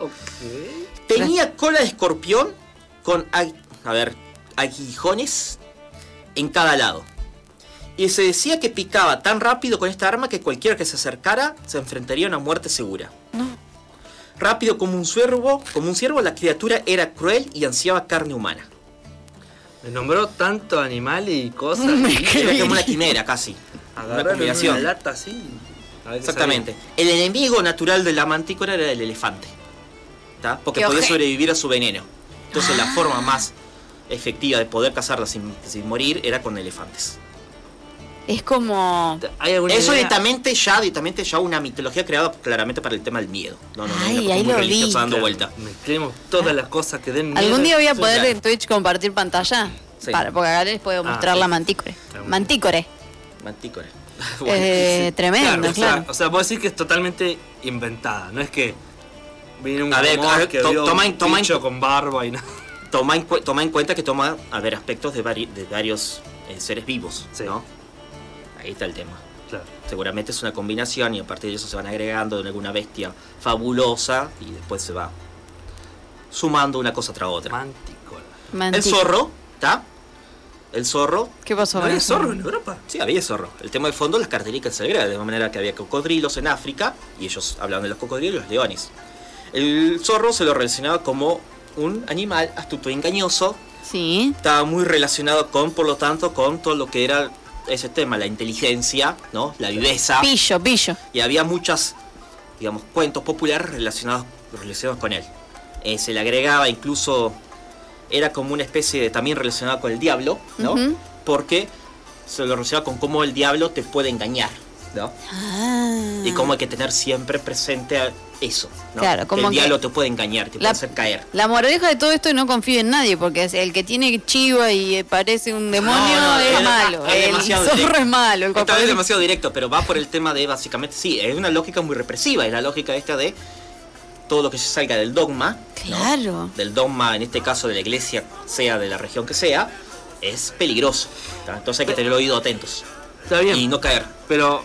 Speaker 3: Ok.
Speaker 2: Tenía cola de escorpión con ai- a ver, aguijones en cada lado. Y se decía que picaba tan rápido con esta arma que cualquiera que se acercara se enfrentaría a una muerte segura. Rápido como un ciervo, como un ciervo, la criatura era cruel y ansiaba carne humana.
Speaker 3: Me nombró tanto animal y cosas.
Speaker 2: Era como una quimera casi. Una
Speaker 3: Agarraron una
Speaker 2: combinación.
Speaker 3: lata así. A ver qué
Speaker 2: Exactamente. El enemigo natural de la mantícora era el elefante. ¿tá? Porque
Speaker 1: Qué
Speaker 2: podía
Speaker 1: oje- Ah.
Speaker 2: sobrevivir a su veneno. Entonces la forma más efectiva de poder cazarla sin, sin morir era con elefantes.
Speaker 1: Es como.
Speaker 3: sale. ¿Hay alguna
Speaker 2: Eso
Speaker 3: idea?
Speaker 2: directamente ya, directamente ya una mitología creada claramente para el tema del miedo. No, no, no,
Speaker 1: Ay,
Speaker 2: hay una cuestión
Speaker 1: ahí
Speaker 2: muy
Speaker 1: lo vi.
Speaker 2: religiosa dando
Speaker 3: Claro,
Speaker 2: vuelta.
Speaker 3: Mezclemos todas las cosas que den miedo.
Speaker 1: ¿Algún día voy a
Speaker 2: Sí,
Speaker 1: poder
Speaker 2: claro.
Speaker 1: en Twitch compartir pantalla?
Speaker 2: Sí.
Speaker 1: Para, porque acá les puedo
Speaker 3: Ah,
Speaker 1: mostrar la
Speaker 3: sí.
Speaker 1: mantícore.
Speaker 3: Está muy
Speaker 1: Mantícore.
Speaker 2: Mantícora.
Speaker 1: Eh, tremendo,
Speaker 3: o sea-
Speaker 1: claro.
Speaker 3: O sea, vos decís que es totalmente inventada. No es que vino un
Speaker 2: A ver,
Speaker 3: gomón
Speaker 2: a ver,
Speaker 3: que
Speaker 2: to-
Speaker 3: vio
Speaker 2: toma en-
Speaker 3: un
Speaker 2: toma en-
Speaker 3: bicho con barba y nada.
Speaker 2: toma, en, cu- toma en cuenta que toma, a ver, aspectos de, vari- de varios eh, seres vivos.
Speaker 3: Sí.
Speaker 2: ¿no? Ahí está el tema.
Speaker 3: Claro.
Speaker 2: Seguramente es una combinación y a partir de eso se van agregando en alguna bestia fabulosa y después se va sumando una cosa tras otra.
Speaker 3: Mantícola.
Speaker 2: El
Speaker 1: Mantícore.
Speaker 2: zorro, ¿está? El zorro.
Speaker 1: ¿Qué pasó?
Speaker 3: ¿No había
Speaker 1: Vanessa?
Speaker 3: zorro en Europa?
Speaker 2: Sí, había zorro. El tema de fondo, las características se agregan. De la manera que había cocodrilos en África y ellos hablaban de los cocodrilos y los leones. El zorro se lo relacionaba como un animal astuto e engañoso
Speaker 1: Sí.
Speaker 2: estaba muy relacionado con, por lo tanto, con todo lo que era ese tema, la inteligencia, ¿no? La viveza.
Speaker 1: Pillo, pillo.
Speaker 2: Y había muchas, digamos, cuentos populares relacionados, relacionados con él. Eh, se le agregaba incluso, era como una especie de, también relacionado con el diablo, ¿no?
Speaker 1: Ujú.
Speaker 2: Porque se lo relacionaba con cómo el diablo te puede engañar, ¿no?
Speaker 1: Ah.
Speaker 2: Y cómo hay que tener siempre presente a- eso, ¿no?
Speaker 1: Claro,
Speaker 2: Que
Speaker 1: como
Speaker 2: el
Speaker 1: que
Speaker 2: diablo te puede engañar, te
Speaker 1: la-
Speaker 2: puede hacer caer.
Speaker 1: La moraleja de todo esto es no confíe en nadie, porque es el que tiene chiva y eh, parece un demonio
Speaker 2: No, no,
Speaker 1: es
Speaker 2: es-
Speaker 1: malo.
Speaker 2: es
Speaker 1: el
Speaker 2: demasiado
Speaker 1: zorro
Speaker 2: directo.
Speaker 1: es malo. El
Speaker 2: Esta vez
Speaker 1: cocodrilo-
Speaker 2: demasiado directo, pero va por el tema de básicamente, sí, es una lógica muy represiva, es la lógica esta de todo lo que se salga del dogma, ¿no?
Speaker 1: Claro.
Speaker 2: del dogma, en este caso de la iglesia, sea de la región que sea, es peligroso. ¿tá? Entonces hay que tener el oído atentos
Speaker 3: Está bien.
Speaker 2: y no caer.
Speaker 3: Pero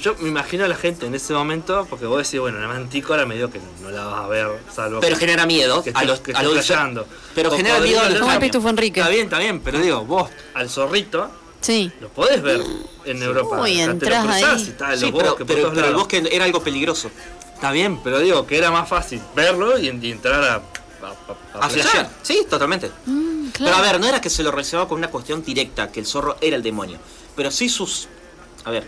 Speaker 3: yo me imagino a la gente en ese momento, porque vos decís, bueno, la mantícora medio que no la vas a ver, salvo
Speaker 2: Pero
Speaker 3: que-
Speaker 2: genera miedo
Speaker 3: que
Speaker 2: a
Speaker 3: estés-
Speaker 2: los
Speaker 3: que
Speaker 2: a los-
Speaker 3: estés flasheando.
Speaker 2: Pero
Speaker 3: Cocodrilo
Speaker 2: genera miedo a los
Speaker 3: Como
Speaker 1: Como
Speaker 3: el
Speaker 2: extraños.
Speaker 1: Pitufo Enrique.
Speaker 3: Está bien, está bien, pero digo, vos al zorrito
Speaker 1: Sí.
Speaker 3: lo podés ver en Europa.
Speaker 1: Uy,
Speaker 3: o sea, te lo
Speaker 1: entras
Speaker 3: cruzás
Speaker 1: ahí.
Speaker 3: y está en los
Speaker 2: Sí, pero,
Speaker 3: bosques por
Speaker 2: pero-
Speaker 3: todos
Speaker 2: pero el
Speaker 3: lados.
Speaker 2: bosque era algo peligroso.
Speaker 3: Está bien, pero digo que era más fácil verlo y, en- y entrar a, a, a- a
Speaker 2: A flashear. Sí, totalmente.
Speaker 1: Mm,
Speaker 2: Pero
Speaker 1: claro.
Speaker 2: a ver, no era que se lo relacionaba con una cuestión directa, que el zorro era el demonio. Pero sí sus. A ver,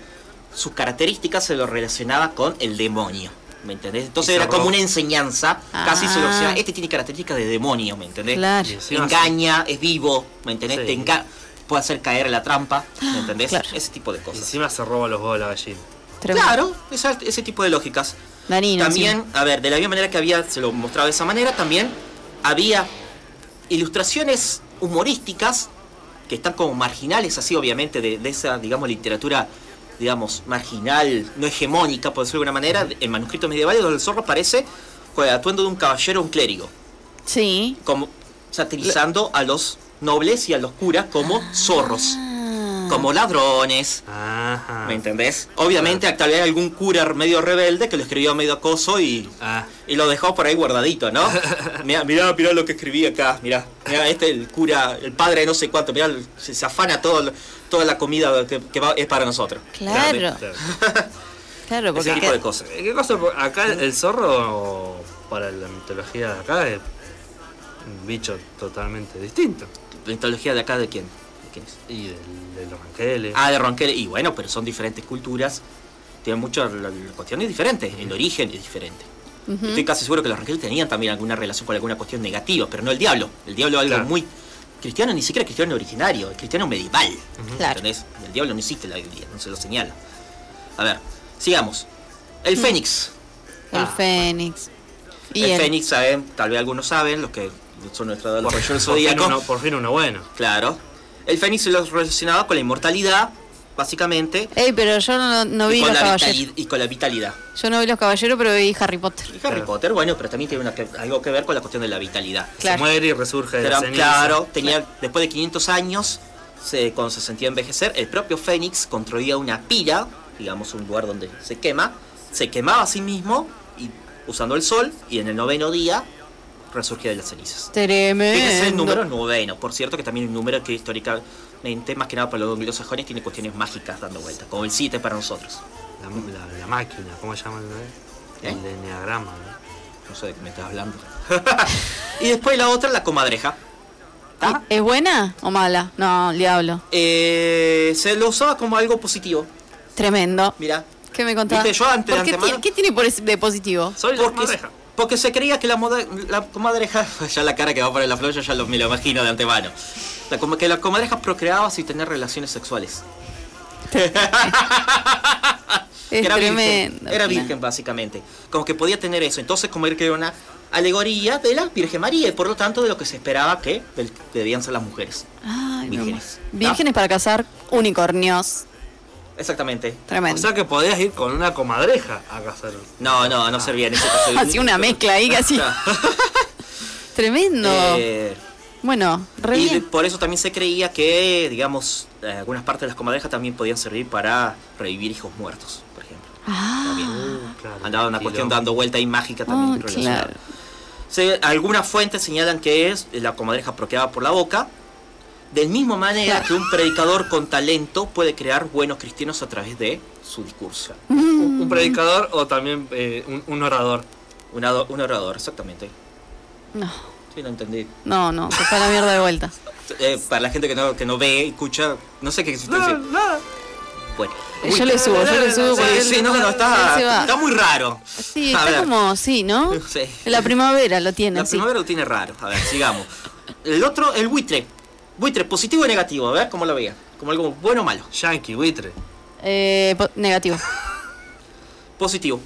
Speaker 2: sus características se lo relacionaba con el demonio. ¿Me entendés? Entonces
Speaker 3: Y
Speaker 2: era
Speaker 3: zorro.
Speaker 2: como una enseñanza. Casi se lo
Speaker 1: Ah.
Speaker 2: relacionaba. Este tiene características de demonio, ¿me entendés?
Speaker 1: Claro.
Speaker 3: Sí, sí,
Speaker 2: Engaña, es vivo, ¿me entendés?
Speaker 3: Sí.
Speaker 2: Te enga- puede hacer caer en la trampa, ¿me entendés?
Speaker 1: claro.
Speaker 2: Ese tipo de cosas.
Speaker 3: Encima se roba los huevos de la gallina.
Speaker 1: Tremendo.
Speaker 2: Claro, esa- ese tipo de lógicas.
Speaker 1: Danino.
Speaker 2: También,
Speaker 1: sí.
Speaker 2: a ver, de la misma manera que había, se lo mostraba de esa manera, también había ilustraciones humorísticas que están como marginales, así obviamente, de, de esa, digamos, literatura, digamos, marginal, no hegemónica, por decirlo de alguna manera, en manuscritos medievales, donde el zorro aparece con el atuendo de un caballero o un clérigo,
Speaker 1: Sí.
Speaker 2: como satirizando a los nobles y a los curas como zorros,
Speaker 1: Ah.
Speaker 2: como ladrones,
Speaker 3: Ajá.
Speaker 2: ¿me entendés? Obviamente, tal vez algún cura medio rebelde que lo escribió medio acoso y
Speaker 3: Ah,
Speaker 2: y lo dejó por ahí guardadito, ¿no? Mirá, mirá, mirá lo que escribí acá, mirá. Mirá, este el cura, el padre de no sé cuánto, mirá, se, se afana todo, lo- toda la comida que, que va- es para nosotros.
Speaker 1: Claro.
Speaker 3: claro.
Speaker 1: Claro, porque
Speaker 2: Ese tipo de
Speaker 1: acá-
Speaker 2: cosas.
Speaker 3: ¿Qué cosa? Acá el zorro, para la mitología de acá, es un bicho totalmente distinto.
Speaker 2: ¿La mitología de acá de quién? ¿De quién es?
Speaker 3: Y del, del Evangelio.
Speaker 2: Ah, de Ronquel. Y bueno, pero son diferentes culturas. Tienen muchas la, la cuestión es diferente, el origen es diferente.
Speaker 1: Ujú.
Speaker 2: Estoy casi seguro que los Ronquel tenían también alguna relación con alguna cuestión negativa, pero no el diablo. El diablo es algo
Speaker 3: Claro.
Speaker 2: muy cristiano, ni siquiera cristiano originario, es cristiano medieval.
Speaker 1: Claro.
Speaker 2: ¿Entendés? El diablo no existe en la Biblia, no se lo señala. A ver, sigamos. El Fénix.
Speaker 1: El
Speaker 3: Ah.
Speaker 1: Fénix. Y
Speaker 2: el,
Speaker 1: el-
Speaker 2: Fénix, saben, tal vez algunos saben, los que son nuestra edad, los
Speaker 3: por,
Speaker 2: reyes del
Speaker 3: por fin
Speaker 2: zodíaco.
Speaker 3: uno, por fin uno bueno.
Speaker 2: Claro. El Fénix se lo relacionaba con la inmortalidad, básicamente.
Speaker 1: Ey, pero yo no, no
Speaker 2: y,
Speaker 1: vi
Speaker 2: con
Speaker 1: los
Speaker 2: la
Speaker 1: caballeros.
Speaker 2: vitali- y con la vitalidad.
Speaker 1: Yo no vi los caballeros, pero vi Harry Potter.
Speaker 2: Y Harry
Speaker 3: Claro.
Speaker 2: Potter, bueno, pero también tiene una que- algo que ver con la cuestión de la vitalidad.
Speaker 1: Claro.
Speaker 3: Se muere y resurge de
Speaker 2: Pero,
Speaker 3: la ceniza.
Speaker 2: claro, tenía, después de 500 años, se, cuando se sentía envejecer, el propio Fénix construía una pira, digamos un lugar donde se quema, se quemaba a sí mismo y, usando el sol y en el noveno día resurgía de las cenizas.
Speaker 1: Tremendo.
Speaker 2: Fíjense el número noveno, por cierto que también es un número que históricamente, más que nada para los anglosajones, tiene cuestiones mágicas dando vuelta, como el 7 para nosotros.
Speaker 3: La, la- la máquina, ¿cómo se llama el
Speaker 2: ¿Eh?
Speaker 3: El enneagrama, ¿no?
Speaker 2: No sé de qué me estás hablando. y después la otra, la comadreja. ¿Tá?
Speaker 1: ¿Es buena o mala? No, el diablo.
Speaker 2: Eh, se lo usaba como algo positivo,
Speaker 1: Tremendo.
Speaker 2: mira.
Speaker 1: ¿Qué me contaba?
Speaker 2: Viste, yo ante-
Speaker 1: ¿Por qué,
Speaker 2: antemano-
Speaker 1: tiene- ¿Qué tiene por ese- de positivo?
Speaker 3: Soy la
Speaker 2: Porque,
Speaker 3: comadreja.
Speaker 2: porque se creía que la, moda, la comadreja, ya la cara que va a poner la flor, yo ya lo, me lo imagino de antemano. La, coma- que la comadreja procreaba sin tener relaciones sexuales.
Speaker 1: Es
Speaker 2: era
Speaker 1: tremendo.
Speaker 2: virgen, era
Speaker 1: mirá.
Speaker 2: virgen básicamente. Como que podía tener eso. Entonces como era que era una alegoría de la Virgen María y por lo tanto de lo que se esperaba que del- debían ser las mujeres.
Speaker 1: Ay, no.
Speaker 2: Vírgenes. Ah.
Speaker 1: Vírgenes para cazar unicornios.
Speaker 2: Exactamente.
Speaker 3: O
Speaker 1: Tremendo.
Speaker 3: sea que podías ir con una comadreja a cazar.
Speaker 2: No, no, no servía en ese caso.
Speaker 1: Ah. Así una mezcla ahí casi. Tremendo.
Speaker 2: Eh,
Speaker 1: bueno, re
Speaker 2: y de-
Speaker 1: bien.
Speaker 2: por eso también se creía que, digamos, eh, algunas partes de las comadrejas también podían servir para revivir hijos muertos, por ejemplo.
Speaker 1: Ah,
Speaker 3: Uh, claro.
Speaker 2: Andaba una
Speaker 3: Quilombo.
Speaker 2: cuestión dando vuelta ahí mágica
Speaker 1: oh,
Speaker 2: también relacionada.
Speaker 1: claro.
Speaker 2: Se- algunas fuentes señalan que es la comadreja procreada por la boca. Del mismo manera
Speaker 1: Claro.
Speaker 2: que un predicador con talento puede crear buenos cristianos a través de su discurso.
Speaker 3: Un, un predicador o también eh, un, un orador.
Speaker 2: Un, ado- un orador, exactamente.
Speaker 1: No.
Speaker 2: Sí, Sí, lo entendí.
Speaker 1: No, no, se fue a la mierda de vuelta.
Speaker 2: Eh, para la gente que no, que no ve, escucha, no sé qué
Speaker 3: No,
Speaker 2: existencia.
Speaker 3: no.
Speaker 2: Bueno.
Speaker 1: yo le subo, yo le subo.
Speaker 2: Sí,
Speaker 1: porque
Speaker 2: sí,
Speaker 1: él-
Speaker 2: no, no,
Speaker 1: él se
Speaker 2: está,
Speaker 1: va.
Speaker 2: está muy raro.
Speaker 1: Sí,
Speaker 2: A
Speaker 1: está
Speaker 2: ver.
Speaker 1: como, sí, ¿no?
Speaker 2: Sí.
Speaker 1: La primavera lo tiene,
Speaker 2: La
Speaker 1: sí.
Speaker 2: primavera lo tiene raro. A ver, sigamos. El otro, el buitre. Buitre, positivo y negativo. A ver cómo lo veía. Como algo bueno o malo.
Speaker 3: Yankee, buitre.
Speaker 1: Eh, po- negativo.
Speaker 2: Positivo.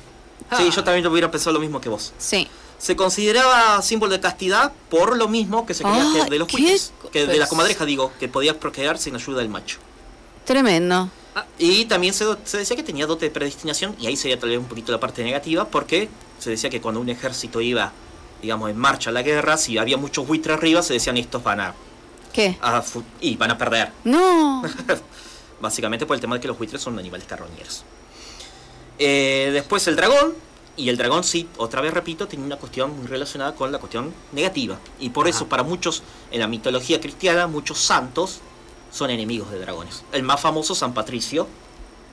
Speaker 1: Ah.
Speaker 2: Sí, yo también hubiera pensado lo mismo que vos.
Speaker 1: Sí.
Speaker 2: Se consideraba símbolo de castidad por lo mismo que se creía
Speaker 1: Ah,
Speaker 2: que de los
Speaker 1: ¿qué?
Speaker 2: buitres. Que de la
Speaker 1: Pues-
Speaker 2: comadreja, digo, que podías procrear sin ayuda del macho.
Speaker 1: Tremendo.
Speaker 2: Y también se, se decía que tenía dote de predestinación, y ahí sería tal vez un poquito la parte negativa, porque se decía que cuando un ejército iba, digamos, en marcha a la guerra, si había muchos buitres arriba, se decían estos van a,
Speaker 1: ¿Qué?
Speaker 2: a fu- y van a perder.
Speaker 1: No.
Speaker 2: Básicamente por el tema de que los buitres son animales carroñeros. Eh, después el dragón, y el dragón sí, otra vez repito, tenía una cuestión muy relacionada con la cuestión negativa. Y por eso
Speaker 3: Ajá.
Speaker 2: para muchos, en la mitología cristiana, muchos santos son enemigos de dragones. El más famoso, San Patricio,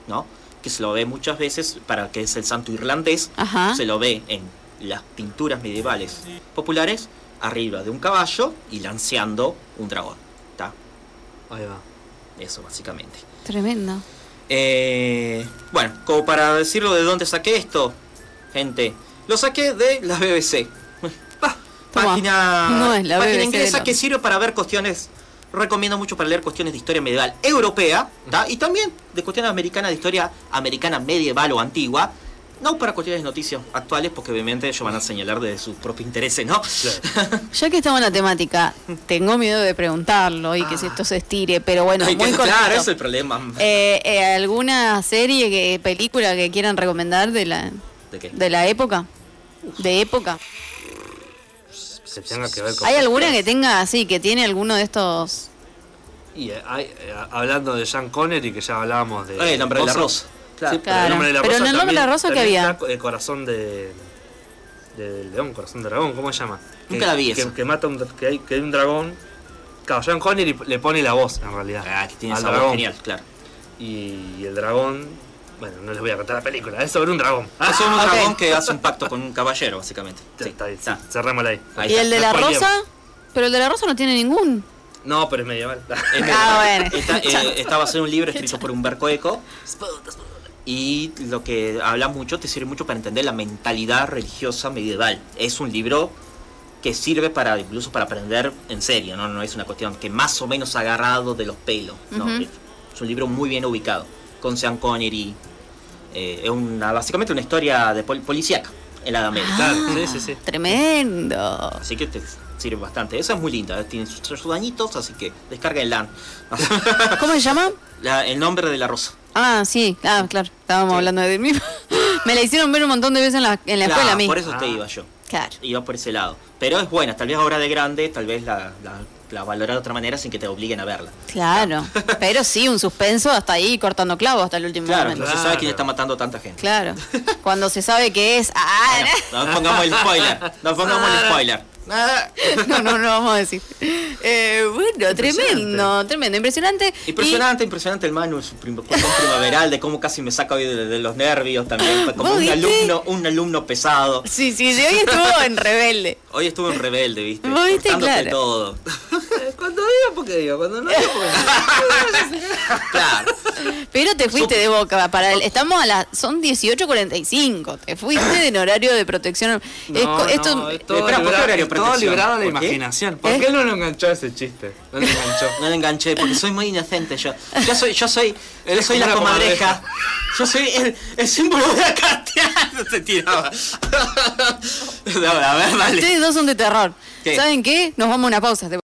Speaker 2: ¿no? Que se lo ve muchas veces, para que es el santo irlandés,
Speaker 1: Ajá.
Speaker 2: se lo ve en las pinturas medievales populares, arriba de un caballo y lanceando un dragón. ¿Está?
Speaker 3: Ahí va.
Speaker 2: Eso básicamente.
Speaker 1: Tremendo.
Speaker 2: Eh, bueno, como para decirlo de dónde saqué esto, gente, lo saqué de la BBC. Pa-
Speaker 1: Toma.
Speaker 2: página
Speaker 1: No es la
Speaker 2: página
Speaker 1: BBC de
Speaker 2: inglesa que
Speaker 1: Londres.
Speaker 2: sirve para ver cuestiones. Recomiendo mucho para leer cuestiones de historia medieval europea ¿tá? y también de cuestiones americanas de historia americana medieval o antigua. No para cuestiones de noticias actuales, porque obviamente ellos van a señalar desde sus propios intereses, ¿no?
Speaker 1: Ya que estamos en la temática, tengo miedo de preguntarlo y que si esto se estire, pero bueno,
Speaker 2: Ah. Hay que-
Speaker 1: muy cortito.
Speaker 2: claro, es el problema.
Speaker 1: Eh, eh, ¿Alguna serie, que, película que quieran recomendar de la,
Speaker 2: ¿De qué?
Speaker 1: de la época? ¿De época?
Speaker 3: Que tenga que ver con.
Speaker 1: ¿Hay alguna que tenga, así, que tiene alguno de estos...
Speaker 3: Y, eh, hay, eh, hablando de Sean Connery, que ya hablábamos de.
Speaker 2: Eh, el nombre de la
Speaker 3: Rosa.
Speaker 2: rosa. Claro.
Speaker 3: Sí, pero el nombre de la
Speaker 1: Claro. Pero
Speaker 3: rosa
Speaker 1: en el nombre de la
Speaker 3: también-
Speaker 1: rosa, ¿qué
Speaker 3: también
Speaker 1: había?
Speaker 3: está, eh, corazón de. de león, corazón de dragón, ¿cómo se llama?
Speaker 2: Nunca
Speaker 3: Que-
Speaker 2: la vi
Speaker 3: que,
Speaker 2: esa.
Speaker 3: que mata un, que, hay, que hay un dragón. Claro, Sean Connery le pone la voz, en realidad.
Speaker 2: Ah, que tiene
Speaker 3: al
Speaker 2: sabor
Speaker 3: dragón.
Speaker 2: genial, claro.
Speaker 3: Y el dragón. Bueno, no les voy a contar la película, es sobre un dragón.
Speaker 2: Es sobre Ah, un
Speaker 1: ok.
Speaker 2: dragón que hace un pacto con un caballero, básicamente. Sí,
Speaker 3: Está ahí, sí,
Speaker 2: está.
Speaker 3: cerrémosla ahí.
Speaker 2: Ahí
Speaker 1: ¿Y
Speaker 2: está.
Speaker 1: el de
Speaker 3: no
Speaker 1: la
Speaker 3: spoilemos.
Speaker 1: rosa? Pero el de la rosa no tiene ningún.
Speaker 3: No, pero es medieval.
Speaker 2: Es medio
Speaker 1: Ah,
Speaker 2: raro.
Speaker 1: bueno.
Speaker 2: Está, eh, esta va a ser un libro escrito por Humberto Eco. Y lo que habla mucho te sirve mucho para entender la mentalidad religiosa medieval. Es un libro que sirve para incluso para aprender en serio, no, no es una cuestión que más o menos agarrado de los pelos. No,
Speaker 1: Ujú.
Speaker 2: es, es un libro muy bien ubicado, con Sean Connery. Eh, es una, básicamente una historia de pol- policíaca en la Edad Media.
Speaker 1: Ah,
Speaker 3: Claro, sí, sí, sí.
Speaker 1: Tremendo.
Speaker 2: Así que te sirve bastante. Esa es muy linda, ¿eh? tiene sus, sus dañitos, así que descarguenla.
Speaker 1: ¿Cómo se llama?
Speaker 2: La, el nombre de la rosa.
Speaker 1: Ah, sí, ah, claro, estábamos
Speaker 2: Sí.
Speaker 1: hablando de mí. Me la hicieron ver un montón de veces en la, en la
Speaker 2: Claro,
Speaker 1: escuela a mí.
Speaker 2: Por eso te
Speaker 3: Ah.
Speaker 2: iba yo.
Speaker 1: Claro.
Speaker 2: Iba por ese lado. Pero es buena, tal vez ahora de grande, tal vez la, la, la valorás de otra manera sin que te obliguen a verla.
Speaker 1: Claro, pero sí, un suspenso hasta ahí, cortando clavos hasta el último
Speaker 2: Claro,
Speaker 1: momento.
Speaker 2: no se sabe quién está matando a tanta gente.
Speaker 1: Claro. Cuando se sabe que es. ¡Ah!
Speaker 2: No nos pongamos el spoiler. No nos pongamos el spoiler.
Speaker 1: No, no, no vamos a decir. Eh, bueno, tremendo, tremendo, impresionante. Y-
Speaker 2: Impresionante, impresionante el Manu, su prim- cuestión primaveral, de cómo casi me saca hoy de, de los nervios también. Fue Como
Speaker 1: ¿Vos
Speaker 2: un
Speaker 1: viste?
Speaker 2: alumno, un alumno pesado.
Speaker 1: Sí, sí, sí, hoy estuvo en rebelde.
Speaker 2: Hoy estuve en rebelde, viste.
Speaker 1: ¿Vos viste?
Speaker 2: Cortándote
Speaker 1: Claro.
Speaker 2: todo.
Speaker 3: Eh, Cuando digo, porque digo. Cuando no digo, porque
Speaker 2: Claro.
Speaker 1: Pero te fuiste de boca. para el- Estamos a las. Son 18.45. Te fuiste en horario de protección. Es co- esto-
Speaker 2: todo liberado- todo liberado a
Speaker 3: la
Speaker 2: la
Speaker 3: imaginación.
Speaker 2: imaginación.
Speaker 3: ¿Por
Speaker 1: ¿Eh?
Speaker 3: qué no lo enganchó a ese chiste? No lo enganchó.
Speaker 2: No le enganché porque soy muy inocente yo. Yo soy, yo soy, yo soy la
Speaker 3: Una
Speaker 2: comadreja.
Speaker 3: comadreja.
Speaker 2: Yo soy el, el símbolo de la casteada. Se tiraba. No, a ver, dale.
Speaker 1: Ustedes dos son de terror.
Speaker 2: ¿Qué?
Speaker 1: ¿Saben qué? Nos vamos a una pausa.